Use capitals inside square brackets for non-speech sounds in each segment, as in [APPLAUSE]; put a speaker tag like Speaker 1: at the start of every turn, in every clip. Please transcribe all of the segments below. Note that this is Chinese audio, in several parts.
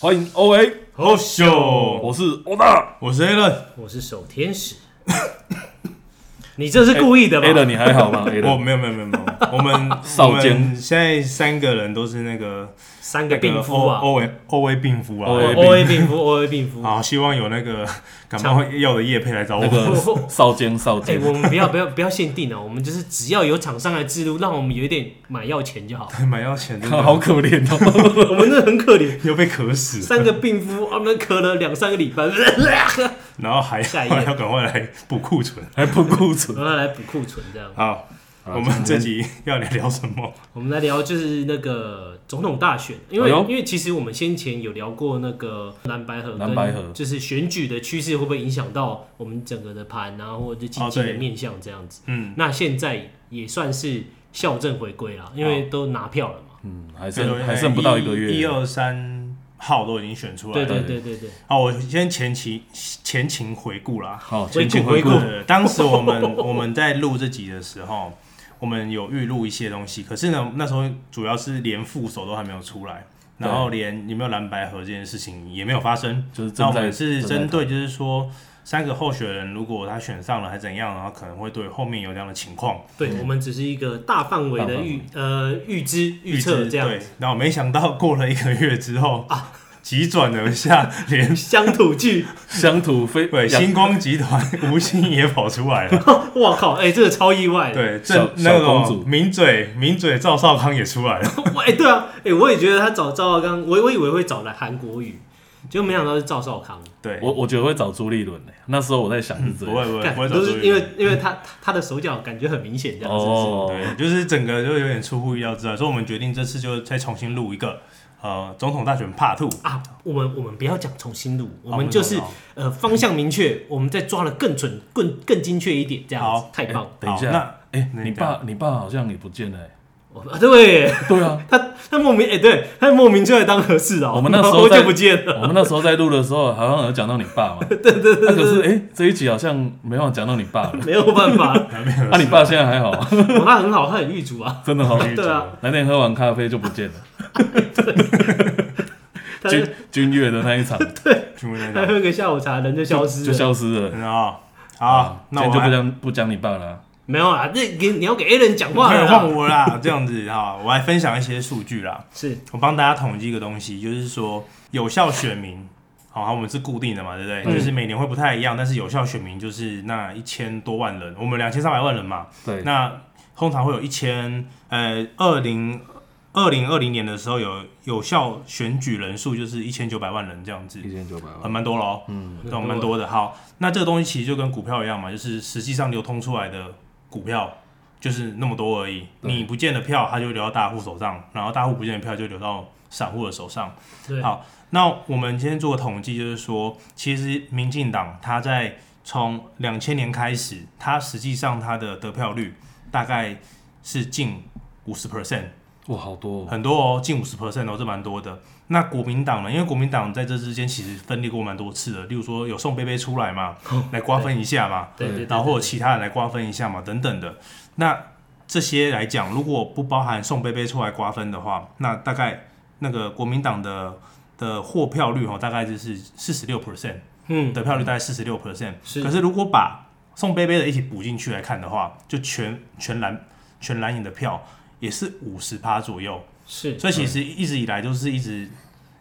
Speaker 1: 欢迎 O A，
Speaker 2: 好秀，
Speaker 1: 我是欧大。
Speaker 2: 我是 a l n
Speaker 3: 我是守天使。 [LAUGHS] 你这是故意的吧
Speaker 1: A 的你还好 [LAUGHS] 吗？A
Speaker 2: 我
Speaker 1: 的
Speaker 2: 哦没有没有没有没有，我们
Speaker 1: 少
Speaker 2: 我
Speaker 1: 监
Speaker 2: 们现在三个人都是那个
Speaker 3: 三
Speaker 2: 那
Speaker 3: 个
Speaker 2: 个
Speaker 3: 病夫啊哦
Speaker 2: 欧欧维欧维病夫啊。
Speaker 1: 欧维
Speaker 3: O A 病夫，O A 病夫。
Speaker 2: 好，希望有那个感冒药的叶配来找我
Speaker 1: 那
Speaker 2: 们。
Speaker 1: 个少监少
Speaker 3: 哎、
Speaker 1: 监，
Speaker 3: 我们不要不要不要限定了，哦我们就是只要有厂商来植入，让我们有一点买药钱就好。
Speaker 2: [LAUGHS]
Speaker 3: [LAUGHS]
Speaker 2: 买药钱真
Speaker 1: 看哎好
Speaker 2: 的
Speaker 1: 可怜哦。
Speaker 3: 我们真的很可怜，
Speaker 2: 又被渴死，
Speaker 3: 三个病夫，他们咳了两三个礼拜， [LAUGHS]
Speaker 2: 然后还
Speaker 3: 下一
Speaker 2: 还
Speaker 3: 页
Speaker 2: 要赶快来补库存。
Speaker 1: [LAUGHS] 还不库存。
Speaker 3: 然后来补库存这样。
Speaker 2: 好，
Speaker 1: 好
Speaker 2: 我们
Speaker 1: 今
Speaker 2: 这
Speaker 1: 天
Speaker 2: 集要聊聊什么？
Speaker 3: 我们来聊就是那个总统大选，因为、
Speaker 1: 哎呦
Speaker 3: 因为其实我们先前有聊过那个蓝白河，
Speaker 1: 蓝白河
Speaker 3: 就是选举的趋势会不会影响到我们整个的盘啊，或者是经济
Speaker 2: 哦对
Speaker 3: 的面向这样子。
Speaker 2: 嗯，
Speaker 3: 那现在也算是校正回归啦，因为都拿票了嘛。
Speaker 1: 嗯，还
Speaker 2: 这
Speaker 1: 剩还剩不到一个月，
Speaker 2: 一二三号都已经选出来
Speaker 3: 对
Speaker 2: 了。
Speaker 3: 对对对对，
Speaker 2: 好，我先前期前情回顾啦。
Speaker 1: 好，前
Speaker 3: 回顾
Speaker 1: 情回顾
Speaker 3: 回顾
Speaker 2: 对当时我们我们在录这集的时候，我们有预录一些东西，可是呢，那时候主要是连副手都还没有出来，然后连有没有蓝白合这件事情也没有发生。
Speaker 1: 就是
Speaker 2: 那
Speaker 1: 正
Speaker 2: 我
Speaker 1: 在
Speaker 2: 们是
Speaker 1: 正在
Speaker 2: 针对，就是说三个候选人，如果他选上了还怎样，然后可能会对后面有这样的情况
Speaker 3: 对、我们只是一个大范围
Speaker 1: 大
Speaker 3: 的
Speaker 1: 范围
Speaker 3: 预呃预知预
Speaker 2: 预
Speaker 3: 测
Speaker 2: 知
Speaker 3: 这样
Speaker 2: 对
Speaker 3: 子，，啊
Speaker 2: 然后没想到过了一个月之后急转而下，
Speaker 1: [LAUGHS]
Speaker 2: 连
Speaker 3: 乡土剧， [LAUGHS]
Speaker 1: 乡土非
Speaker 2: 对
Speaker 1: 养
Speaker 2: 星光集团吴昕也跑出来了。
Speaker 3: 哇靠，哎、这个超意外的。
Speaker 2: 对，
Speaker 1: 小
Speaker 2: 这那
Speaker 1: 小公主
Speaker 2: 种抿嘴抿嘴赵少康也出来
Speaker 3: [LAUGHS]
Speaker 2: 了，
Speaker 3: 哇 [LAUGHS] 哎、对啊，哎、我也觉得他找赵少康，我我以为会找来韩国语，结果没想到是赵少康。
Speaker 2: 对，
Speaker 1: 我我觉得会找朱立伦诶，那时候我在想是这
Speaker 2: 不
Speaker 1: 样。
Speaker 2: 会不会
Speaker 3: 干
Speaker 2: 不会找
Speaker 3: 都
Speaker 2: 朱
Speaker 3: 是
Speaker 2: 立
Speaker 3: 因
Speaker 2: 伦
Speaker 3: 为因为他他他的手脚感觉很明显这样子。
Speaker 1: 哦，
Speaker 2: 对，就是整个就有点出乎意料之外，所以我们决定这次就再重新录一个呃总统大选 Part Two，
Speaker 3: 啊，我们我们不要讲重新录，我
Speaker 2: 啊我
Speaker 3: 们
Speaker 2: 们
Speaker 3: 就
Speaker 2: 重
Speaker 3: 是
Speaker 2: 录
Speaker 3: 呃方向明确，我们再抓的更准、更更精确一点，这样子
Speaker 2: 好
Speaker 3: 太棒了。
Speaker 1: 等一下，
Speaker 2: 好那
Speaker 1: 哎，
Speaker 2: 那
Speaker 1: 你
Speaker 2: 你
Speaker 1: 爸你爸好像也不见了诶。
Speaker 3: 我啊对
Speaker 1: 对啊，
Speaker 3: 他他莫名哎、对他莫名就来当和事佬，
Speaker 1: 我们那时候
Speaker 3: [LAUGHS] 我
Speaker 1: 在
Speaker 3: 就不见了。
Speaker 1: 我们那时候在录的时候，好像有讲到你爸嘛。 [LAUGHS] 对对对。可是哎，这一集好像没办法讲到你爸了。
Speaker 3: [LAUGHS] 没有办法，
Speaker 1: [LAUGHS] 那你爸现在还好吗？
Speaker 3: 我他很好，他很玉足啊，
Speaker 1: 真的好。
Speaker 3: 对啊，
Speaker 1: 那天喝完咖啡就不见了。
Speaker 3: 他
Speaker 1: 军军乐的那一
Speaker 2: [LAUGHS]
Speaker 1: 场
Speaker 2: 请问
Speaker 3: 他
Speaker 2: 那
Speaker 3: 喝个下午茶，人就消失
Speaker 1: 就
Speaker 3: 了。
Speaker 1: 消失了。
Speaker 2: 种啊，好，那
Speaker 1: 今天就
Speaker 2: 我
Speaker 1: 不
Speaker 2: 来
Speaker 1: 讲不讲你爸了啊。
Speaker 3: 没有啊，那给你要给 A 人讲话
Speaker 2: 没
Speaker 3: 了
Speaker 2: 有
Speaker 3: 啦
Speaker 2: 换我啦，这样子哈，我来分享一些数据啦，
Speaker 3: 是
Speaker 2: 我帮大家统计一个东西，就是说有效选民。好，我们是固定的嘛，对不对？
Speaker 3: 嗯
Speaker 2: 就是每年会不太一样，但是有效选民就是那一千多万人，我们两千三百万人嘛，
Speaker 1: 对，
Speaker 2: 那通常会有一千，呃，二零二零二零年的时候有有效选举人数就是一千九百万人这样子，
Speaker 1: 一千九百
Speaker 2: 很
Speaker 1: 万。
Speaker 2: 蛮多咯，
Speaker 1: 嗯，
Speaker 2: 这种蛮多的。好，那这个东西其实就跟股票一样嘛，就是实际上流通出来的股票就是那么多而已，
Speaker 1: 对
Speaker 2: 你不见的票它就流到大户手上，然后大户不见的票就流到散户的手上。
Speaker 3: 对
Speaker 2: 好那我们今天做个统计，就是说，其实民进党它在从两千年开始，它实际上它的得票率大概是近五十 percent，
Speaker 1: 哇，好多哦。
Speaker 2: 很多哦，近五十 percent 哦，这蛮多的。那国民党呢？因为国民党在这之间其实分裂过蛮多次的，例如说有宋贝贝出来嘛，来瓜分一下嘛，
Speaker 3: 对对对，对
Speaker 2: 然后或者其他人来瓜分一下嘛，等等的。那这些来讲，如果不包含宋贝贝出来瓜分的话，那大概那个国民党的的获票率哦，大概就是四十六 percent，
Speaker 3: 嗯
Speaker 2: 得票率大概四十六 percent。
Speaker 3: 是
Speaker 2: 可是如果把宋贝贝的一起补进去来看的话，就全全蓝全蓝营的票也是五十趴左右，
Speaker 3: 是
Speaker 2: 所以其实一直以来都是一直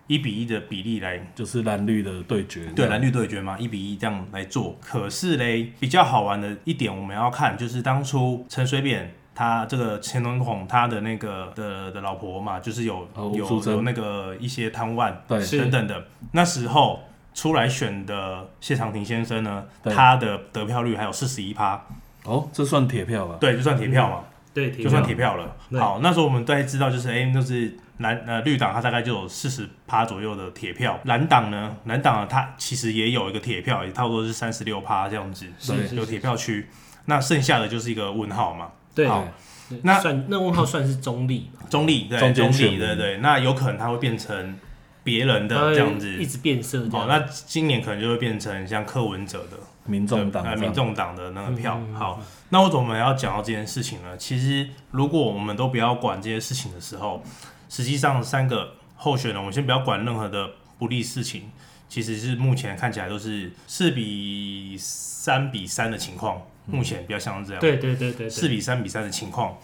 Speaker 2: 一比一的比例来
Speaker 1: 就是蓝绿的对决。
Speaker 2: 对蓝绿对决嘛，一比一这样来做。可是嘞，比较好玩的一点，我们要看就是当初陈水扁他这个乾隆统他的那个的的老婆嘛，就是有、
Speaker 1: 哦吴淑
Speaker 2: 有
Speaker 1: 珍
Speaker 2: 有那个一些贪污案
Speaker 1: 对
Speaker 3: 是
Speaker 2: 等等的，那时候。出来选的谢长廷先生呢，
Speaker 1: 对
Speaker 2: 他的得票率还有四十一趴，
Speaker 1: 哦，这算铁票吧？
Speaker 2: 对，就算铁票嘛，
Speaker 3: 对，
Speaker 2: 就算铁票了。
Speaker 3: 对
Speaker 2: 好，那时候我们大概知道，就是哎、就是蓝呃绿党它大概就有四十趴左右的铁票，蓝党呢，蓝党啊它其实也有一个铁票，也差不多是三十六趴这样子，
Speaker 3: 是
Speaker 1: 对
Speaker 3: 是
Speaker 2: 有
Speaker 3: 是
Speaker 2: 铁票区。那剩下的就是一个问号嘛，
Speaker 3: 对，
Speaker 2: 好
Speaker 3: 对
Speaker 2: 那
Speaker 3: 算那问号算是中立嘛，
Speaker 2: 中立对
Speaker 1: 中
Speaker 2: 中
Speaker 1: 间选
Speaker 2: 立
Speaker 1: 民
Speaker 2: 对对，那有可能它会变成别人
Speaker 3: 它
Speaker 2: 的
Speaker 3: 会
Speaker 2: 这样子
Speaker 3: 呃一。直变色这
Speaker 2: 好、
Speaker 3: 样。
Speaker 2: 那今年可能就会变成像柯文哲的
Speaker 1: 民众党
Speaker 2: 呃，
Speaker 1: 这样
Speaker 2: 民众党的那个票
Speaker 3: 嗯嗯。嗯
Speaker 2: 好，那为什么要讲到这件事情呢？其实如果我们都不要管这些事情的时候，实际上三个候选人，我们先不要管任何的不利事情，其实是目前看起来都是四比三比三的情况，
Speaker 1: 嗯
Speaker 2: 目前比较像是这样。
Speaker 3: 对对对对
Speaker 2: 四
Speaker 3: 对，
Speaker 2: 比三比三的情况。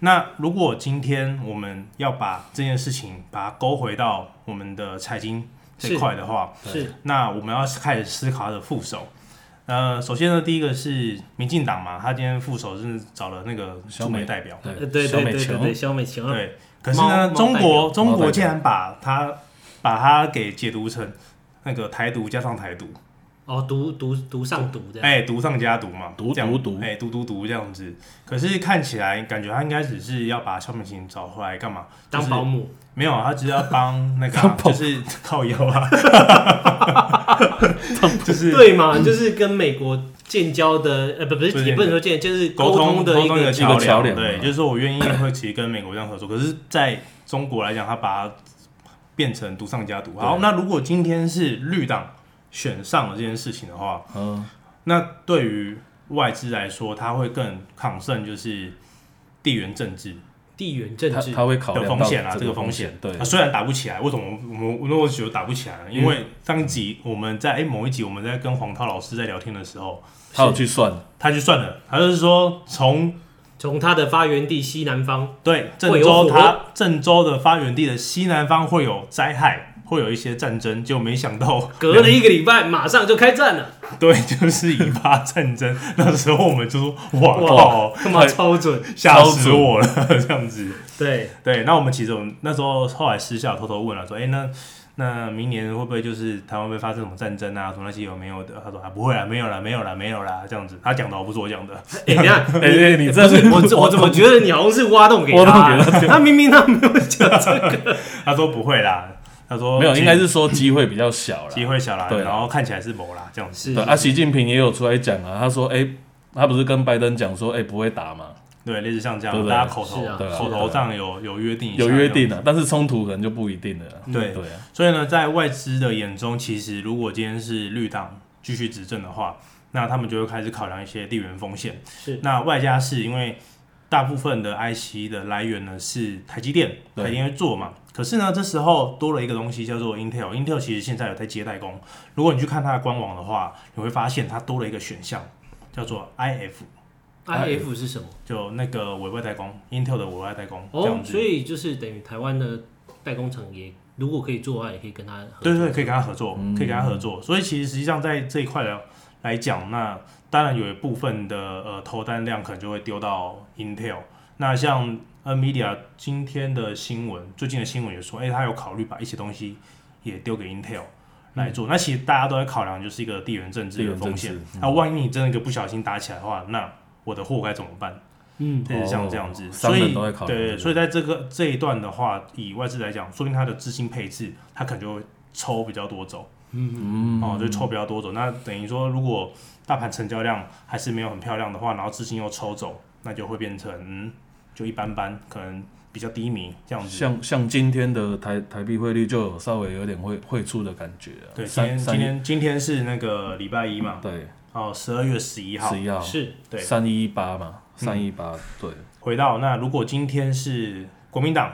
Speaker 2: 那如果今天我们要把这件事情把它勾回到我们的财经这
Speaker 3: 是
Speaker 2: 块的话，
Speaker 3: 是
Speaker 2: 那我们要开始思考它的副手。呃，首先呢，第一个是民进党嘛，他今天副手是找了那个
Speaker 1: 小
Speaker 2: 驻
Speaker 1: 美
Speaker 2: 美代表，
Speaker 1: 对
Speaker 3: 呃对
Speaker 1: 小
Speaker 3: 对
Speaker 1: 美
Speaker 3: 对对
Speaker 1: 琼
Speaker 3: 对，肖美琴啊，
Speaker 2: 对。可是呢，
Speaker 3: 猫猫
Speaker 2: 中
Speaker 3: 代表
Speaker 2: 国中
Speaker 1: 猫代
Speaker 2: 国
Speaker 1: 表
Speaker 2: 竟然把他把他给解读成那个台独加上台独，
Speaker 3: 哦，毒毒毒上毒这样，
Speaker 2: 哎、毒上加毒嘛，
Speaker 1: 毒
Speaker 2: 这样
Speaker 1: 毒毒
Speaker 2: 哎、毒毒毒这样子。可是看起来感觉他应该只是要把肖美琴找回来干嘛？
Speaker 3: 当保姆，
Speaker 2: 没有，啊他只是要帮
Speaker 3: [LAUGHS]
Speaker 2: 那个啊、
Speaker 1: 当保
Speaker 2: 就是靠腰啊，
Speaker 1: [LAUGHS]
Speaker 2: 就是
Speaker 3: 对嘛，就是跟美国建交的，呃，不不
Speaker 2: 不
Speaker 3: 是
Speaker 2: 是
Speaker 3: 也不能说建，就是
Speaker 2: 沟
Speaker 3: 通的
Speaker 2: 沟
Speaker 3: 一
Speaker 2: 通的
Speaker 3: 个
Speaker 1: 一个桥梁
Speaker 2: 对，
Speaker 1: 嘛
Speaker 2: 就是说我愿意会 [COUGHS] 其实跟美国这样合作，可是在中国来讲，他把它变成毒上加毒。好，
Speaker 1: 对
Speaker 2: 那如果今天是绿党选上了这件事情的话，
Speaker 1: 嗯，
Speaker 2: 那对于外资来说，他会更抗胜就是地缘政治
Speaker 3: 地缘政
Speaker 1: 他
Speaker 3: 治，
Speaker 1: 他会考
Speaker 2: 的
Speaker 1: 量
Speaker 2: 风
Speaker 1: 到
Speaker 2: 险啊，这个
Speaker 1: 风
Speaker 2: 风险。
Speaker 1: 对
Speaker 2: 啊，虽然打不起来，为什么我们我我觉得打不起来呢？因为上集我们在哎、某一集我们在跟黄涛老师在聊天的时候，
Speaker 1: 他有去算，
Speaker 2: 他就算了，他就是说从
Speaker 3: 从它的发源地西南方，
Speaker 2: 对，郑
Speaker 3: 会有
Speaker 2: 州
Speaker 3: 火
Speaker 2: 它郑州的发源地的西南方会有灾害，会有一些战争，就没想到
Speaker 3: 隔了一个礼拜，马上就开战了，
Speaker 2: [LAUGHS] 对，就是以巴战争。那时候我们就说，哇
Speaker 3: 哇
Speaker 2: 靠，
Speaker 3: 他
Speaker 1: 哎
Speaker 3: 妈超准，
Speaker 2: 吓死我了，这样子。
Speaker 3: 对，
Speaker 2: 对，那我们其实我们那时候后来私下偷偷问了，说，哎、那那明年会不会就是台湾会发生什么战争啊？什么那些有没有的？他说啊，不会啦，没有啦，没有啦，没有啦，这样子。他讲的我不是
Speaker 1: [LAUGHS]
Speaker 2: 我讲的，
Speaker 3: 哎，等一下，
Speaker 1: 哎哎，你这
Speaker 3: 不是我怎，我怎么觉得你好像是挖洞给
Speaker 1: 挖
Speaker 3: 他、
Speaker 1: 洞
Speaker 3: 啊？
Speaker 1: 给
Speaker 3: [LAUGHS] 他明明他没有讲这个，
Speaker 2: 他说不会啦，他
Speaker 1: [LAUGHS]
Speaker 2: 说
Speaker 1: 没有，应该是说机会比较小
Speaker 2: 机
Speaker 1: 了。
Speaker 2: 会小啦，
Speaker 1: 对啊
Speaker 2: 然后看起来是谋啦，这样子。
Speaker 3: 是
Speaker 1: 对啊，习近平也有出来讲啊，他说，哎，他不是跟拜登讲说，哎，不会打嘛，
Speaker 2: 对，类似像这
Speaker 1: 对
Speaker 2: 样，
Speaker 1: 不对
Speaker 2: 大家口头、
Speaker 3: 是啊
Speaker 1: 对啊
Speaker 2: 口头上有有约定，
Speaker 1: 有约。定啊，但是冲突可能就不一定了啊。
Speaker 2: 对
Speaker 1: 对啊，
Speaker 2: 所以呢，在外资的眼中，其实如果今天是绿党继续执政的话，那他们就会开始考量一些地缘风险。
Speaker 3: 是
Speaker 2: 那外加是因为大部分的 IC 的来源呢是台积电，
Speaker 1: 对
Speaker 2: 台积电会做嘛。可是呢，这时候多了一个东西叫做 Intel，Intel 其实现在有在接代工。如果你去看它的官网的话，你会发现它多了一个选项叫做 IF，
Speaker 3: IF 啊是什么？
Speaker 2: 就那个委外代工，Intel 的委外代工这
Speaker 3: 哦
Speaker 2: 样，子。
Speaker 3: 所以就是等于台湾的代工厂也如果可以做的话，也可以跟他合作。
Speaker 2: 对对，可以跟他合作，
Speaker 1: 嗯
Speaker 2: 可以跟他合作。所以其实实际上在这一块来来讲，那当然有一部分的呃投单量可能就会丢到 Intel。那像 NVIDIA 今天的新闻，最近的新闻也说，哎、他有考虑把一些东西也丢给 Intel
Speaker 1: 嗯
Speaker 2: 来做。那其实大家都在考量，就是一个地缘政治
Speaker 1: 地
Speaker 2: 的
Speaker 1: 缘
Speaker 2: 风
Speaker 1: 政
Speaker 2: 险
Speaker 1: 治。嗯
Speaker 2: 那、万一你真的一个不小心打起来的话，那我的货该怎么办？
Speaker 3: 嗯，
Speaker 2: 对，像这样子，
Speaker 1: 哦
Speaker 2: 所
Speaker 1: 商人
Speaker 2: 以
Speaker 1: 都会考虑这
Speaker 2: 对，
Speaker 1: 个
Speaker 2: 所以在这个这一段的话，以外资来讲，说不定它的资金配置，它可能就会抽比较多走，嗯哦，就抽比较多走。那等于说，如果大盘成交量还是没有很漂亮的话，然后资金又抽走，那就会变成、嗯、就一般般，可能比较低迷这样子。
Speaker 1: 像像今天的台台币汇率就有稍微有点汇汇出的感觉啊。
Speaker 2: 对，今
Speaker 1: 三
Speaker 2: 天
Speaker 1: 三
Speaker 2: 今天今天是那个礼拜一嘛，
Speaker 1: 对
Speaker 2: 哦，十二月十一号，
Speaker 1: 十一号
Speaker 3: 是
Speaker 2: 对，嗯
Speaker 1: 三一八嘛，三一八对，
Speaker 2: 回到那如果今天是国民党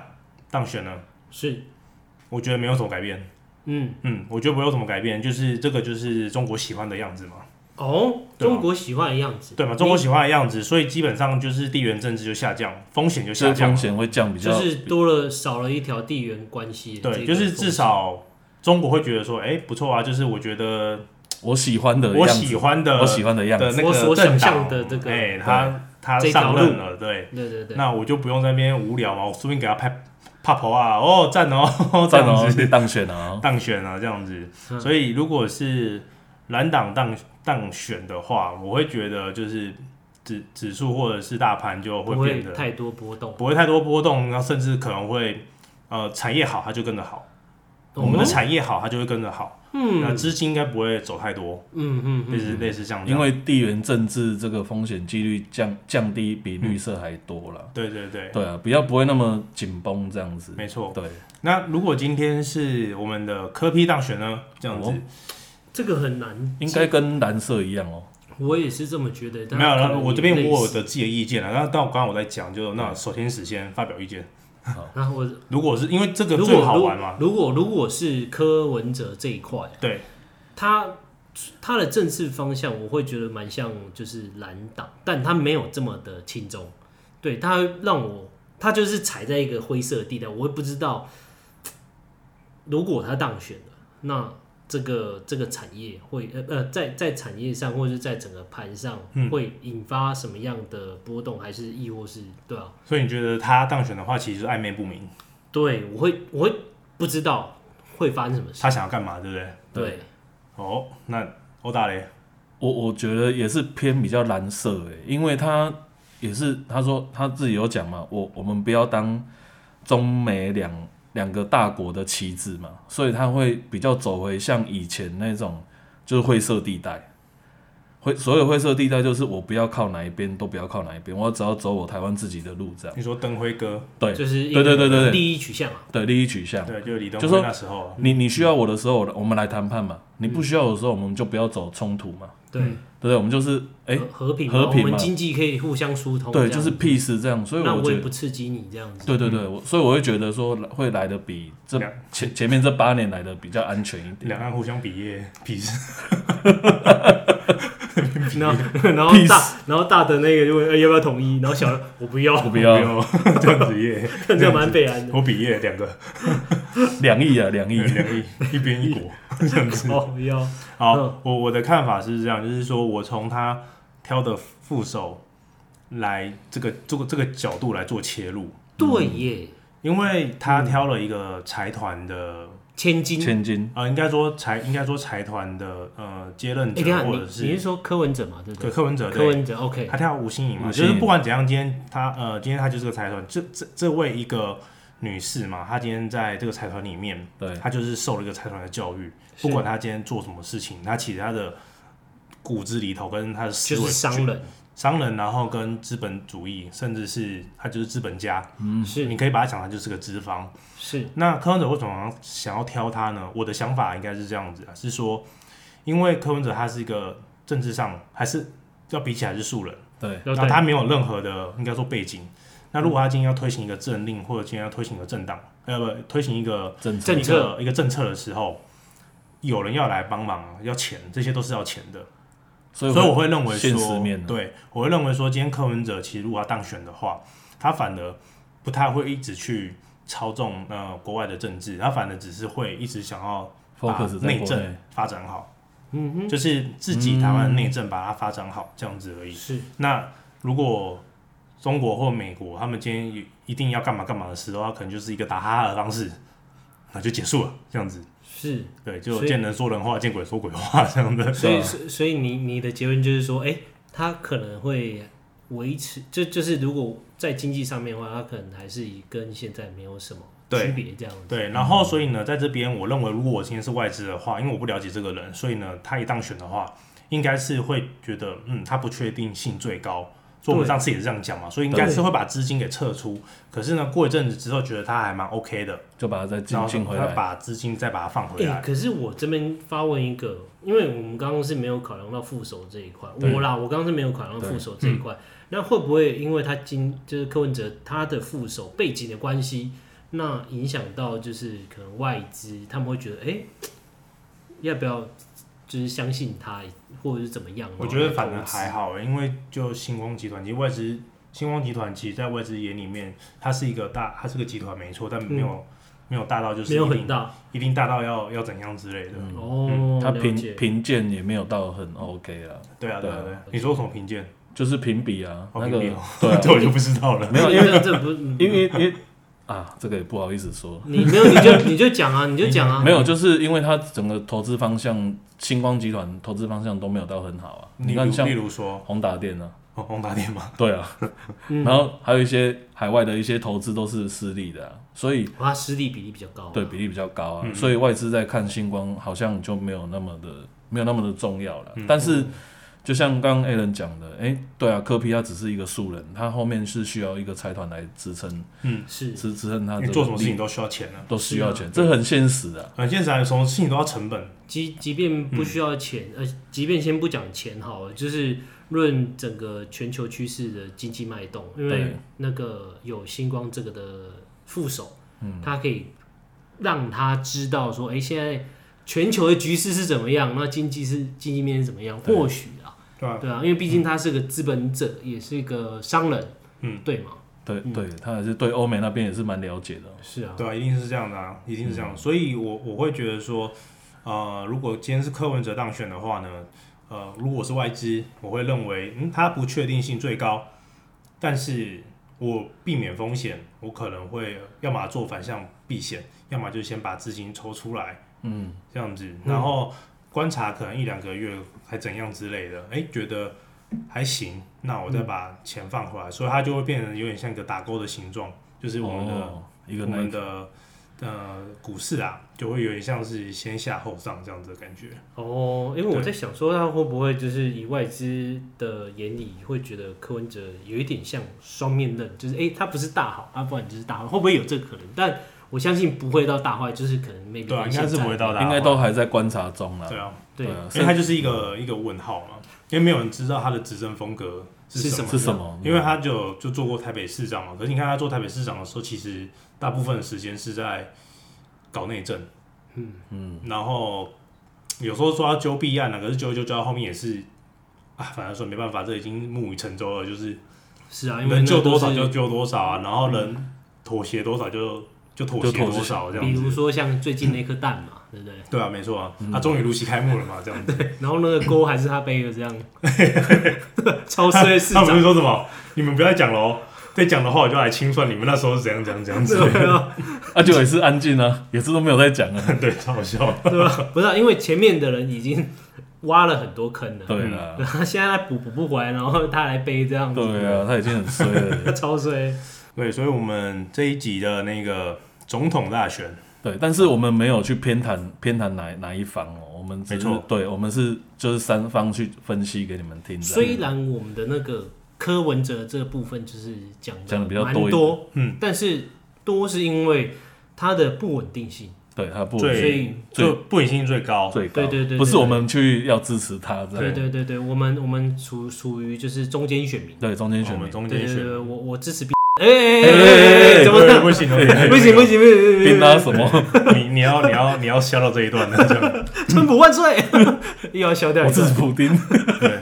Speaker 2: 当选了，
Speaker 3: 是，
Speaker 2: 我觉得没有什么改变。
Speaker 3: 嗯，
Speaker 2: 嗯，我觉得没有什么改变，就是这个就是中国喜欢的样子嘛，
Speaker 3: 哦，
Speaker 2: 对啊
Speaker 3: 中国喜欢的样子，
Speaker 2: 对嘛？中国喜欢的样子，所以基本上就是地缘政治就下降，风险就
Speaker 1: 所
Speaker 2: 下
Speaker 1: 以风
Speaker 2: 降，
Speaker 1: 险会降比较
Speaker 3: 就。是多了少了一条地缘关系的这
Speaker 2: 对，
Speaker 3: 个
Speaker 2: 就
Speaker 3: 风险，
Speaker 2: 是至少中国会觉得说，哎、不错啊，就是我觉得
Speaker 1: 我喜欢的
Speaker 2: 我
Speaker 1: 样
Speaker 2: 喜
Speaker 1: 子，
Speaker 2: 欢的
Speaker 1: 我喜欢的样
Speaker 2: 的
Speaker 1: 子，
Speaker 2: 那
Speaker 3: 我
Speaker 2: 个
Speaker 3: 所
Speaker 2: 政
Speaker 3: 想象
Speaker 2: 党
Speaker 3: 的这个
Speaker 2: 哎、他他
Speaker 3: 这条
Speaker 2: 上任了，对，
Speaker 3: 对对对，
Speaker 2: 那我就不用在那边无聊嘛，我顺便给他拍拍婆啊，哦，赞哦，这
Speaker 1: 赞
Speaker 2: 样
Speaker 1: 哦
Speaker 2: 子，
Speaker 1: 当选哦，
Speaker 2: 当选啊，这样子。
Speaker 3: 嗯
Speaker 2: 所以如果是蓝党当当选的话，我会觉得就是指指数或者是大盘就
Speaker 3: 不
Speaker 2: 会
Speaker 3: 会
Speaker 2: 变得
Speaker 3: 太多波动。
Speaker 2: 不会太多波动，然后甚至可能会呃产业好它就跟着好，我们的
Speaker 3: 哦
Speaker 2: 产业好它就会跟着好，
Speaker 3: 嗯
Speaker 2: 那资金应该不会走太多，
Speaker 3: 嗯嗯
Speaker 2: 类似
Speaker 3: 嗯，
Speaker 2: 类似像这
Speaker 1: 因
Speaker 2: 样。
Speaker 1: 为地缘政治这个风险几率降降低比绿色还多了。
Speaker 2: 对对对，
Speaker 1: 对啊，比较不会那么紧绷这样子。
Speaker 2: 没错。
Speaker 1: 对，
Speaker 2: 那如果今天是我们的科批当选呢？这样子
Speaker 1: 哦
Speaker 3: 这个很难，
Speaker 1: 应该跟蓝色一样哦。
Speaker 3: 我也是这么觉得。但
Speaker 2: 没有，
Speaker 3: 可
Speaker 2: 那
Speaker 3: 能
Speaker 2: 我
Speaker 3: 也
Speaker 2: 这边
Speaker 3: 类
Speaker 2: 我有
Speaker 3: 似
Speaker 2: 的自己的意见了。那但我刚刚我在讲，就那首先是先发表意见，
Speaker 3: 然后我
Speaker 2: 如果是因为这个
Speaker 3: 如
Speaker 2: 最
Speaker 3: 果
Speaker 2: 好玩嘛，
Speaker 3: 如果如果是柯文哲这一块，
Speaker 2: 对，
Speaker 3: 他他的政治方向，我会觉得蛮像就是蓝党，但他没有这么的轻松。对他让我，他就是踩在一个灰色地带，我也不知道，如果他当选了，那这个这个产业会呃呃，在在产业上或者是在整个盘上
Speaker 2: 嗯
Speaker 3: 会引发什么样的波动，还是亦或是对啊？
Speaker 2: 所以你觉得他当选的话，其实就是暧昧不明，
Speaker 3: 对，我会我会不知道会发生什么事。
Speaker 2: 他想要干嘛，对不对？
Speaker 3: 对，
Speaker 2: 哦，那欧大雷，
Speaker 1: 我我觉得也是偏比较蓝色诶、因为他也是他说他自己有讲嘛，我我们不要当中美两两个大国的棋子嘛，所以他会比较走回像以前那种就是灰色地带，灰所有灰色地带就是我不要靠哪一边，都不要靠哪一边，我只要走我台湾自己的路这样。
Speaker 2: 你说灯辉哥，
Speaker 1: 对
Speaker 3: 就是一
Speaker 1: 对对对对对
Speaker 3: 利益取向啊，
Speaker 1: 对，利益取向。
Speaker 2: 对，就是李登
Speaker 1: 就
Speaker 2: 辉
Speaker 1: 说
Speaker 2: 那时候，
Speaker 1: 你你需要我的时候，我我们来谈判嘛。你不需要我的时候，我们就不要走冲突嘛，
Speaker 3: 对。
Speaker 1: 对不对？我们就是哎、
Speaker 3: 和和平嘛，
Speaker 1: 和平
Speaker 3: 我
Speaker 1: 嘛
Speaker 3: 们经济可以互相疏通，
Speaker 1: 对，就
Speaker 3: 这样
Speaker 1: 是 peace 这样。所以
Speaker 3: 那
Speaker 1: 我
Speaker 3: 我
Speaker 1: 觉
Speaker 3: 也
Speaker 1: 得
Speaker 3: 不，刺激你这
Speaker 1: [LAUGHS]
Speaker 3: 样子，
Speaker 1: 对对对，我所以我会觉得说来会来的比这
Speaker 2: 两
Speaker 1: 前前面这八年来的比较安全一点。
Speaker 2: 两岸互相比耶，鄙视，
Speaker 3: 然后 [LAUGHS] 然后大然后大的那个就问、哎要不要统一，然后小的我不
Speaker 1: [LAUGHS]
Speaker 3: 要，
Speaker 1: 我不要
Speaker 2: 哦有 [LAUGHS] 这样
Speaker 1: [LAUGHS]
Speaker 2: 子耶，
Speaker 3: 这样蛮北安的。
Speaker 2: 我比耶两个，
Speaker 1: 两亿啊，两
Speaker 2: 一
Speaker 1: [LAUGHS] 亿。
Speaker 2: 两亿，一边
Speaker 1: [LAUGHS]
Speaker 2: 一
Speaker 1: 嗯
Speaker 2: 国这样子。
Speaker 3: 哦，不要，
Speaker 2: 好，我我的看法是这样，就是说我从他挑的副手来这个这个这个角度来做切入，
Speaker 3: 对耶，
Speaker 2: 因为他挑了一个财团的，
Speaker 3: 千金。哎、
Speaker 1: 千金，
Speaker 2: 呃，应该说财应该说财团的呃接任
Speaker 3: 哎等一下
Speaker 2: 者
Speaker 3: 你
Speaker 2: 或者
Speaker 3: 你是
Speaker 2: 是
Speaker 3: 说柯文哲嘛？对不
Speaker 2: 对
Speaker 3: 对？
Speaker 2: 柯文哲
Speaker 3: 柯
Speaker 2: 对。
Speaker 3: 文哲，OK，
Speaker 2: 他跳吴心颖嘛，
Speaker 1: 吴
Speaker 2: 就
Speaker 1: 欣
Speaker 2: 是
Speaker 1: 颖
Speaker 2: 不管怎样，今天他呃，今天他就是个财团，这这这位一个女士嘛，她今天在这个财团里面，
Speaker 1: 对
Speaker 2: 她就是受了一个财团的教育，
Speaker 3: 是
Speaker 2: 不管她今天做什么事情，她其实她的骨子里头跟她的思
Speaker 3: 就
Speaker 2: 维
Speaker 3: 是商人，
Speaker 2: 商人，然后跟资本主义，甚至是她就是资本家，
Speaker 3: 是
Speaker 1: 嗯
Speaker 2: 你可以把她想成就是个资方，
Speaker 3: 是，
Speaker 2: 那柯文哲为什么想要挑他呢？我的想法应该是这样子啊，是说，因为柯文哲他是一个政治上还是要比起来是素人，
Speaker 1: 对
Speaker 3: 对
Speaker 2: 然后他没有任何的应该说背景。那如果他今天要推行一个政令，或者今天要推行一个政党，呃，不，推行一个
Speaker 1: 政治
Speaker 3: 政
Speaker 2: 一
Speaker 3: 策
Speaker 2: 个一个政策的时候，有人要来帮忙，要钱，这些都是要钱的。
Speaker 1: 所以
Speaker 2: 所以
Speaker 1: 我
Speaker 2: 我会认为
Speaker 1: 现实
Speaker 2: 说，
Speaker 1: 面啊
Speaker 2: 对，我会认为说，今天柯文哲其实如果他当选的话，他反而不太会一直去操纵呃国外的政治，他反而只是会一直想要把
Speaker 1: focus 在
Speaker 2: 内
Speaker 1: 国内
Speaker 2: 政。发展好，
Speaker 3: 嗯哼，
Speaker 2: 就是自己台湾的内政
Speaker 1: 嗯
Speaker 2: 把它发展好这样子而已。
Speaker 3: 是
Speaker 2: 那如果中国或美国他们今天有一定要干嘛干嘛的时候，他可能就是一个打哈哈的方式，那就结束了这样子。
Speaker 3: 是，
Speaker 2: 对，就
Speaker 3: 所以
Speaker 2: 见人说人话，见鬼说鬼话这样的。
Speaker 1: 是
Speaker 3: 所以
Speaker 1: 吧
Speaker 3: 所以所以你你的结论就是说，哎、他可能会维持，就就是如果在经济上面的话，他可能还是以跟现在没有什么
Speaker 2: 对
Speaker 3: 区别这样子。
Speaker 2: 对，然后所以呢，在这边我认为，如果我今天是外资的话，因为我不了解这个人，所以呢，他一当选的话，应该是会觉得，嗯，他不确定性最高。所以我们
Speaker 3: 对
Speaker 2: 上次也是这样讲嘛，所以应该是会把资金给撤出。可是呢，过一阵子之后，觉得他还蛮 OK 的，
Speaker 1: 就把它
Speaker 3: 呃
Speaker 1: 再
Speaker 2: 然
Speaker 1: 进
Speaker 2: 后
Speaker 1: 进回
Speaker 2: 他
Speaker 1: 来，
Speaker 2: 把资金再把它放回
Speaker 3: 哎、
Speaker 2: 来。
Speaker 3: 可是我这边发问一个，因为我们刚刚是没有考量到副手这一块，
Speaker 1: 对
Speaker 3: 我啦，我刚刚是没有考量到副手这一块，
Speaker 2: 嗯
Speaker 3: 那会不会因为他今就是柯文哲他的副手背景的关系，那影响到就是可能外资他们会觉得，哎、要不要就是相信他，或者是怎么样？
Speaker 2: 我觉得反
Speaker 3: 正
Speaker 2: 正还好，因为就星光集团，其实外资星光集团其实在外资眼里面，它是一个大，它是个集团没错，但没有、没有大到就是
Speaker 3: 没有
Speaker 2: 一嗯
Speaker 3: 很
Speaker 2: 定
Speaker 3: 大
Speaker 2: 一定大到要要怎样之类的。
Speaker 3: 哦，
Speaker 1: 他
Speaker 3: 了
Speaker 1: 评
Speaker 3: 解
Speaker 1: 评鉴也没有到很 OK 啦，
Speaker 2: 对啊，对啊，
Speaker 1: 对
Speaker 2: 对啊。你说什么评鉴？
Speaker 1: 就是评比啊，
Speaker 2: 哦
Speaker 1: 那个
Speaker 2: 评比哦
Speaker 1: 对
Speaker 2: [LAUGHS]
Speaker 1: 啊
Speaker 2: 这，我就不知道了。
Speaker 1: 没有，因为
Speaker 3: 这这不嗯
Speaker 1: 因为因为啊，这个也不好意思说，
Speaker 3: 你没有你就你就讲啊，你就讲啊，
Speaker 1: 没有，就是因为它整个投资方向，星光集团投资方向都没有到很好啊。
Speaker 2: 例
Speaker 1: 你
Speaker 2: 如
Speaker 1: 看
Speaker 2: 例
Speaker 1: 像
Speaker 2: 如说
Speaker 1: 宏达电啊，
Speaker 2: 哦宏达电嘛，
Speaker 1: [LAUGHS] 对啊，
Speaker 3: 嗯
Speaker 1: 然后还有一些海外的一些投资都是私利的、啊，所以
Speaker 3: 哇，实力比例比较高啊，
Speaker 1: 对比例比较高啊，
Speaker 2: 哦嗯
Speaker 1: 所以外资在看星光好像就没有那么的没有那么的重要
Speaker 2: 嗯
Speaker 1: 了。但是就像刚刚 Alan 讲的，哎、对啊，科皮他只是一个素人，他后面是需要一个财团来支撑
Speaker 2: 嗯
Speaker 3: 是
Speaker 1: 支支撑他
Speaker 2: 你
Speaker 1: 的
Speaker 2: 做什么事
Speaker 1: 力
Speaker 2: 情都需要钱啊。
Speaker 1: 都需要钱，这很现实的啊、
Speaker 2: 很现实啊，什么事情都要成本。
Speaker 3: 即即便不需要钱，呃，即便先不讲钱好了，就是论整个全球趋势的经济脉动，因为
Speaker 1: 对
Speaker 3: 那个有星光这个的副手，他可以让他知道说，哎、现在全球的局势是怎么样，那经济是经济面是怎么样，
Speaker 1: 对
Speaker 3: 或许啊，
Speaker 2: 对吧？
Speaker 3: 对啊，因为毕竟他是个资本者，也是一个商人，
Speaker 2: 嗯，
Speaker 3: 对嘛，
Speaker 1: 对对，他也是对欧美那边也是蛮了解的。
Speaker 3: 是啊，
Speaker 2: 对啊，一定是这样的啊，一定是这样。所以我我会觉得说，呃，如果今天是柯文哲当选的话呢，呃，如果是外资，我会认为，嗯，它不确定性最高，但是我避免风险，我可能会要么做反向避险，要么就先把资金抽出来，嗯，这样子，然后观察可能一两个月还怎样之类的，哎、觉得。还行，那我再把钱放回来，所以它就会变成有点像一个打勾的形状，就是我们的、
Speaker 1: 哦、一个
Speaker 2: 我
Speaker 1: 那
Speaker 2: 们
Speaker 1: 个
Speaker 2: 的呃股市啊，就会有点像是先下后上这样子的感觉。
Speaker 3: 哦，因为我在想说，他会不会就是以外资的眼里会觉得柯文哲有一点像双面刃，就是哎、诶他不是大好啊，不然你就是大坏，会不会有这个可能？但我相信不会到大坏，就是可能 maybe
Speaker 2: 对啊，
Speaker 3: 跟
Speaker 2: 应该
Speaker 3: 现
Speaker 2: 是
Speaker 3: 在
Speaker 2: 不会到达，
Speaker 1: 应该都还在观察中啦。
Speaker 2: 对啊，
Speaker 3: 对
Speaker 1: 啊
Speaker 2: 因为它就是一个一个问号嘛，因为没有人知道他的执政风格是
Speaker 3: 是
Speaker 2: 什
Speaker 3: 什
Speaker 2: 么。
Speaker 1: 是什么？
Speaker 2: 因为他就就做过台北市长嘛，可是你看他做台北市长的时候，其实大部分的时间是在搞内政，嗯嗯，然后有时候说要揪弊案啊，可是揪一揪揪到后面也是啊，反正说没办法，这已经木已成舟了，就是
Speaker 3: 是啊，因为
Speaker 2: 能
Speaker 3: 那
Speaker 2: 救
Speaker 3: 都
Speaker 2: 多
Speaker 3: 是
Speaker 2: 少就救多少啊，然后能妥协多少就就妥协
Speaker 1: 就妥协
Speaker 2: 多少这
Speaker 3: 比
Speaker 2: 样
Speaker 3: 如
Speaker 2: 子。
Speaker 3: 说像最近那颗蛋嘛，对不对？
Speaker 2: 对啊，没错啊，啊，终于露西开幕了嘛，这样子。
Speaker 3: 然后那个锅还是他背的，
Speaker 2: [LAUGHS]
Speaker 3: 这样超衰市
Speaker 2: 他不是
Speaker 3: 长，
Speaker 2: 说什么？你们不要讲喽，再讲的话我就来清算你们那时候是怎样怎样怎样子。
Speaker 3: 对啊，
Speaker 1: 啊，就也是安静啊，也是都没有在讲啊。 [LAUGHS]
Speaker 2: [LAUGHS] 对，超好笑。
Speaker 3: 对吧？不是啊、因为前面的人已经挖了很多坑了，
Speaker 2: 啊
Speaker 1: 对啦，
Speaker 3: 然后现在 [LAUGHS] 他补补不回来，然后他来背这样子，
Speaker 1: 对啊，他已经很衰
Speaker 2: [LAUGHS]
Speaker 1: 了。
Speaker 3: 超衰。
Speaker 2: 对，所以我们这一集的那个总统大选，
Speaker 1: 对，但是我们没有去偏袒偏袒哪哪一方哦，我们只是
Speaker 2: 没错
Speaker 1: 对，我们是就是三方去分析给你们听。这样
Speaker 3: 虽然我们的那个柯文哲这部分就是讲得
Speaker 1: 讲得比较
Speaker 3: 蛮
Speaker 1: 多一点
Speaker 3: 多，
Speaker 2: 嗯，
Speaker 3: 但是多是因为它的不稳定性，
Speaker 1: 对他不
Speaker 3: 所
Speaker 2: 最
Speaker 3: 以
Speaker 1: 最
Speaker 2: 就不理性最高。
Speaker 1: 最高，
Speaker 3: 对对对对
Speaker 1: 不是我们去要支持他这
Speaker 3: 对
Speaker 1: 样，
Speaker 3: 对对对，我们我们属属于就是中间选民，
Speaker 1: 对中间
Speaker 2: 哦我
Speaker 1: 选
Speaker 2: 们
Speaker 1: 民，
Speaker 2: 中
Speaker 3: 对
Speaker 2: 间
Speaker 3: 对
Speaker 2: 选
Speaker 3: 对，，我我支持 B，哎哎哎哎哎，
Speaker 2: 对
Speaker 3: 怎么
Speaker 2: 不行
Speaker 3: 不行不，行不行
Speaker 1: 并
Speaker 3: 不
Speaker 1: 他
Speaker 3: 行，
Speaker 1: 啊什
Speaker 2: [LAUGHS]
Speaker 1: 么？
Speaker 2: 你你要你要你要笑到这一段的，这样
Speaker 3: 川普万岁，又要消掉
Speaker 1: 我
Speaker 3: 一
Speaker 1: 支持
Speaker 3: 次。
Speaker 1: 普
Speaker 2: [LAUGHS]
Speaker 1: 丁，
Speaker 2: 对，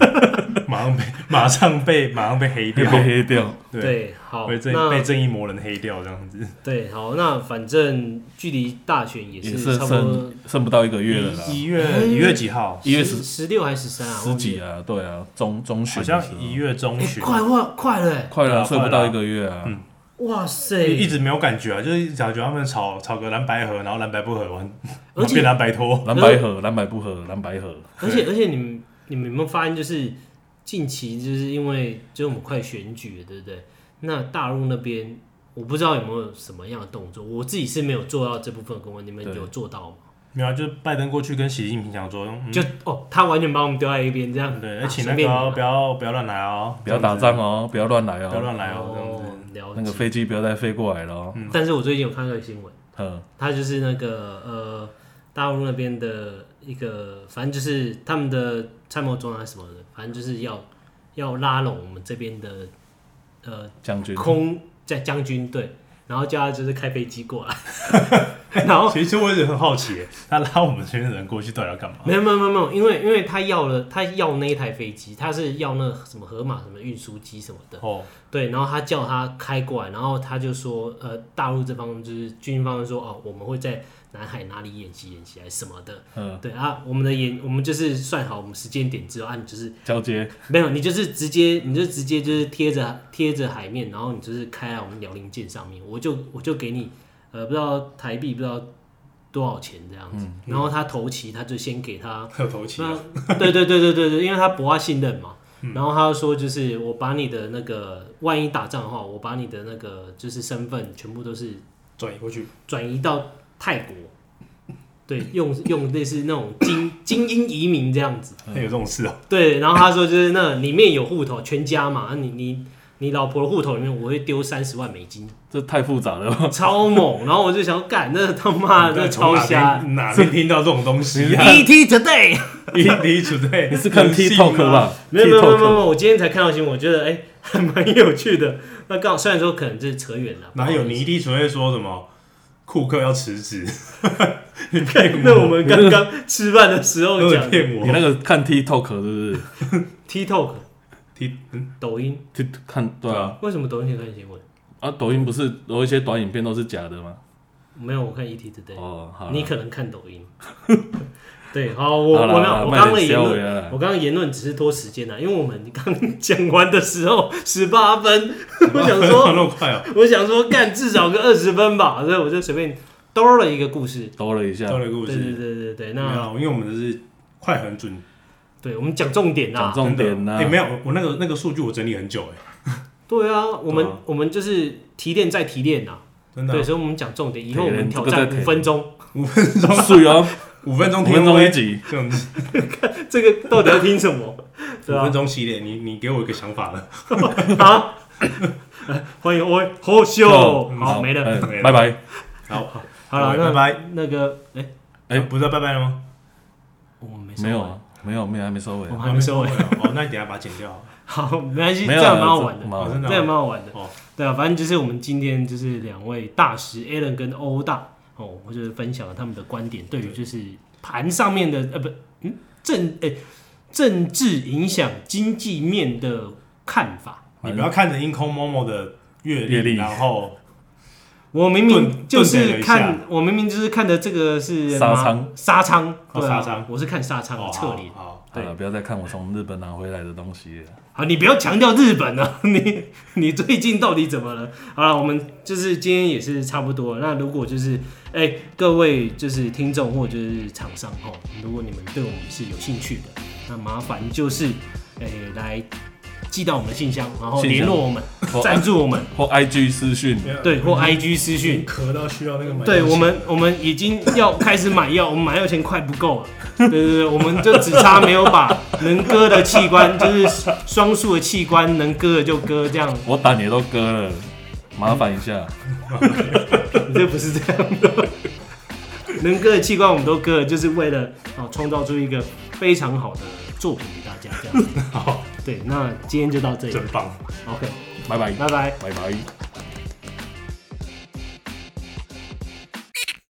Speaker 2: 马上被马上被马上被黑
Speaker 1: 被
Speaker 2: 掉。
Speaker 1: 黑掉。
Speaker 2: 对
Speaker 3: 对，好，
Speaker 2: 被正
Speaker 3: 那
Speaker 2: 被正义魔人黑掉这样子，
Speaker 3: 对好，那反正距离大选也
Speaker 1: 也
Speaker 3: 是
Speaker 1: 是
Speaker 3: 差不多
Speaker 1: 剩剩不到一个月了啦，
Speaker 2: 一一月哎一月几号？
Speaker 1: 一月
Speaker 3: 十
Speaker 1: 十
Speaker 3: 十六还是十三啊？
Speaker 1: 十几啊，对啊，中中
Speaker 2: 好
Speaker 1: 旬的时候，
Speaker 2: 像一月中
Speaker 3: 忘记
Speaker 2: 旬
Speaker 3: 了，，快快快了欸，
Speaker 1: 快
Speaker 2: 对啊嗯
Speaker 1: 了，剩不
Speaker 2: 快
Speaker 1: 到
Speaker 2: 了
Speaker 1: 一个月啊，
Speaker 3: 哇塞，
Speaker 2: 一直没有感觉啊，就是感觉他们炒炒个蓝白河，然后蓝白不合完，
Speaker 3: 而
Speaker 2: 然后
Speaker 3: 且
Speaker 2: 变蓝白拖，
Speaker 1: 蓝白合，蓝白不合，蓝白合，
Speaker 3: 而且而且你们你们有没有发现，就是近期就是因为就是我们快选举了，对不对？那大陆那边我不知道有没有什么样的动作，我自己是没有做到这部分的工作，你们
Speaker 1: 对
Speaker 3: 有做到吗？
Speaker 2: 没有啊，就是拜登过去跟习近平讲说，嗯，
Speaker 3: 就哦，他完全把我们丢在一边这样，
Speaker 2: 对，
Speaker 3: 啊
Speaker 2: 哎请
Speaker 3: 随
Speaker 2: 那
Speaker 3: 便
Speaker 2: 个
Speaker 3: 你
Speaker 2: 哦
Speaker 3: 们
Speaker 2: 不要不要乱来哦，
Speaker 1: 不要打仗哦，不要乱来
Speaker 2: 这样子，不要
Speaker 1: 哦，
Speaker 2: 乱来哦，嗯这样子，
Speaker 3: 了解。
Speaker 1: 那个飞机不要再飞过来了哦，
Speaker 3: 但是我最近有看到一个新闻，
Speaker 1: 嗯，
Speaker 3: 他就是那个呃大陆那边的一个，反正就是他们的参谋总长还是什么的，反正就是要要拉拢我们这边的呃
Speaker 1: 将军，
Speaker 3: 空在将军队，然后叫他就是开飞机过来， [LAUGHS] 然后
Speaker 2: 其实我一直很好奇，他拉我们这边的人过去到底要干嘛？
Speaker 3: 没有没有没有没有，因为因为他要了他要那一台飞机，他是要那什么河马什么运输机什么的，
Speaker 2: 哦，
Speaker 3: 对，然后他叫他开过来，然后他就说呃大陆这方就是军方说哦我们会在南海哪里演习演习还是什么的，
Speaker 1: 嗯，
Speaker 3: 对啊我们的演我们就是算好我们时间点之后，按、你就是
Speaker 1: 交接，
Speaker 3: 没有，你就是直接，你就直接就是贴着贴着海面，然后你就是开在我们辽宁舰上面，我就我就给你，呃，不知道台币不知道多少钱这样子，然后他头旗他就先给他， [LAUGHS]
Speaker 2: 还有头旗啊，
Speaker 3: 那对对对对对对，因为他博他信任嘛，然后他就说就是我把你的那个万一打仗的话，我把你的那个就是身份全部都是
Speaker 2: 转移过去，
Speaker 3: 转移到泰国，对，用用类似那种精精英移民这样子。
Speaker 2: 那有这种事哦，
Speaker 3: 对，然后他说就是那里面有户头，全家嘛，啊你你你老婆的户头里面我会丢三十万美金，
Speaker 1: 这太复杂了吧？
Speaker 3: [LAUGHS] 超猛。然后我就想，干，啊那他妈
Speaker 2: 到
Speaker 3: 的
Speaker 2: 底从
Speaker 3: 超
Speaker 2: 哪
Speaker 3: 瞎。
Speaker 2: 边哪边听到这种东西呀、啊？
Speaker 3: ET Today，
Speaker 2: 一一组队，
Speaker 1: 你是看
Speaker 2: 很啊细
Speaker 1: TikTok
Speaker 2: 吗？
Speaker 1: 吧？
Speaker 3: 没有没有没有没
Speaker 1: TikTok
Speaker 3: 有，我今天才看到新闻，我觉得哎、还蛮有趣的。那刚好虽然说可能这是扯远了，
Speaker 2: 哪有
Speaker 3: 不好意
Speaker 2: 你
Speaker 3: 思
Speaker 2: 一滴纯粹说什么库克要辞职？你骗我？
Speaker 3: 看，[LAUGHS] 那我们刚刚吃饭的时候
Speaker 2: 都
Speaker 3: 讲
Speaker 1: [LAUGHS]
Speaker 2: 是骗
Speaker 1: 你
Speaker 2: 我。
Speaker 1: 那个看 TikTok 是不
Speaker 3: [LAUGHS]
Speaker 1: 是
Speaker 3: TikTok
Speaker 2: 提嗯
Speaker 3: 抖音，
Speaker 1: ？Tik 看对啊，
Speaker 3: 为什么抖音可以看新闻？
Speaker 1: 啊，抖音不是有一些短影片都是假的吗？
Speaker 3: 没有，我看 ET Today。
Speaker 1: 哦，好啦，
Speaker 3: 你可能看抖音。 [LAUGHS] 对，好，我
Speaker 1: 好啦
Speaker 3: 我
Speaker 1: 好啦
Speaker 3: 那我
Speaker 1: 卖
Speaker 3: 刚刚的
Speaker 1: 点
Speaker 3: 言
Speaker 1: 笑
Speaker 3: 论，
Speaker 1: 话啦
Speaker 3: 我刚刚言论只是拖时间啊，因为我们刚讲完的时候十八分，我
Speaker 2: [LAUGHS]
Speaker 3: 想
Speaker 2: 那
Speaker 3: 说，
Speaker 2: 么快哦，
Speaker 3: 我想说干至少个二十分吧，所以我就随便兜了一个故事。
Speaker 1: 兜了一下
Speaker 2: 到，了故
Speaker 3: 对对
Speaker 2: 事。
Speaker 3: 对对对，
Speaker 2: 没
Speaker 3: 那
Speaker 2: 有，啊因为我们的是快很准，
Speaker 3: 对我们讲重点
Speaker 1: 讲
Speaker 3: 啊，
Speaker 1: 重点呐
Speaker 2: 哎，，没有，我那个那个数据我整理很久，哎，
Speaker 3: 对啊，我们
Speaker 1: 对啊
Speaker 3: 我们就是提炼再提炼啊，
Speaker 2: 真的
Speaker 3: 对，
Speaker 2: 啊
Speaker 3: 所以我们讲重点，以后我
Speaker 1: 提炼
Speaker 3: 们挑
Speaker 1: 这个
Speaker 3: 战
Speaker 1: 再提
Speaker 3: 五分钟，
Speaker 2: 五分钟，
Speaker 1: 素
Speaker 3: [LAUGHS]
Speaker 1: 瑶
Speaker 2: 五分钟
Speaker 1: 哦五
Speaker 2: 听
Speaker 1: 分钟
Speaker 2: OA
Speaker 1: 一集，
Speaker 2: 这样子，
Speaker 3: 这个到底要听什么？ [LAUGHS] 对
Speaker 2: 五分
Speaker 3: 啊，
Speaker 2: 钟系列，你你给我一个想法了，
Speaker 3: 啊， [LAUGHS] 欢迎我后秀，
Speaker 1: 嗯
Speaker 3: 好没了。
Speaker 1: 哎
Speaker 2: 没了
Speaker 1: 拜拜。
Speaker 2: 好，
Speaker 3: 好了，
Speaker 2: 拜
Speaker 3: 那
Speaker 2: 拜。
Speaker 3: 那个，哎、
Speaker 1: 哎
Speaker 2: 哎，不是要拜拜了吗？
Speaker 3: 我们没收
Speaker 1: 没有
Speaker 3: 完
Speaker 1: 啊，没有，没有，还没收尾
Speaker 3: 我
Speaker 1: 啊，
Speaker 3: 们还没收尾。
Speaker 2: 哦，那你等一下把它剪
Speaker 3: [LAUGHS]
Speaker 2: 掉好了。
Speaker 3: 好，没关系，
Speaker 1: 没
Speaker 3: 这
Speaker 1: 有啊，
Speaker 3: 样蛮好玩的
Speaker 1: 这，蛮好
Speaker 2: 哦
Speaker 1: 玩
Speaker 2: 真的
Speaker 3: 这样
Speaker 2: 啊。
Speaker 3: 蛮好玩的。
Speaker 2: 哦，
Speaker 3: 对啊，反正就是我们今天就是两位大师 Alan 跟欧大哦，我就是分享了他们的观点，对于
Speaker 2: 对
Speaker 3: 就是盘上面的呃不嗯政哎、政治影响经济面的看法。
Speaker 2: 你不要看着 Inco Momo 的阅
Speaker 1: 阅历
Speaker 2: 然后
Speaker 3: 我明
Speaker 2: 顿
Speaker 3: 明就
Speaker 2: 顿点
Speaker 3: 是
Speaker 2: 了一
Speaker 3: 看，我明明就是看的这个是
Speaker 1: 沙
Speaker 3: 马
Speaker 1: 仓，
Speaker 3: 沙仓，
Speaker 2: 哦
Speaker 3: 对啊
Speaker 2: 沙仓
Speaker 3: 我是看沙仓
Speaker 2: 哦
Speaker 3: 的侧脸。
Speaker 2: 好好
Speaker 1: 好了，不要再看我从日本拿回来的东西了。
Speaker 3: 好，你不要强调日本啊， [LAUGHS] 你你最近到底怎么了？好了，我们就是今天也是差不多了。那如果就是哎、各位就是听众或者就是厂商哦，如果你们对我们是有兴趣的，那麻烦就是哎、来寄到我们的信箱，然后
Speaker 1: 信箱
Speaker 3: 联络我们
Speaker 1: 或嗯
Speaker 3: 赞助我们，
Speaker 1: 或 IG 私讯，
Speaker 3: 对，或 IG 私讯。
Speaker 2: 咳到需要那个买
Speaker 3: 对我们，我们已经要开始买药，我们买药钱快不够了。对对对，我们就只差没有把能割的器官，就是双数的器官能割的就割，这样
Speaker 1: 我胆也都割了，麻烦一下。
Speaker 3: 你这不是这样的。能割的器官我们都割了，就是为了哦创造出一个非常好的作品给大家这样。
Speaker 2: 好，
Speaker 3: 对，那今天就到这里
Speaker 2: 真棒。
Speaker 3: ，OK，
Speaker 1: 拜拜，
Speaker 3: 拜拜。
Speaker 1: 拜拜。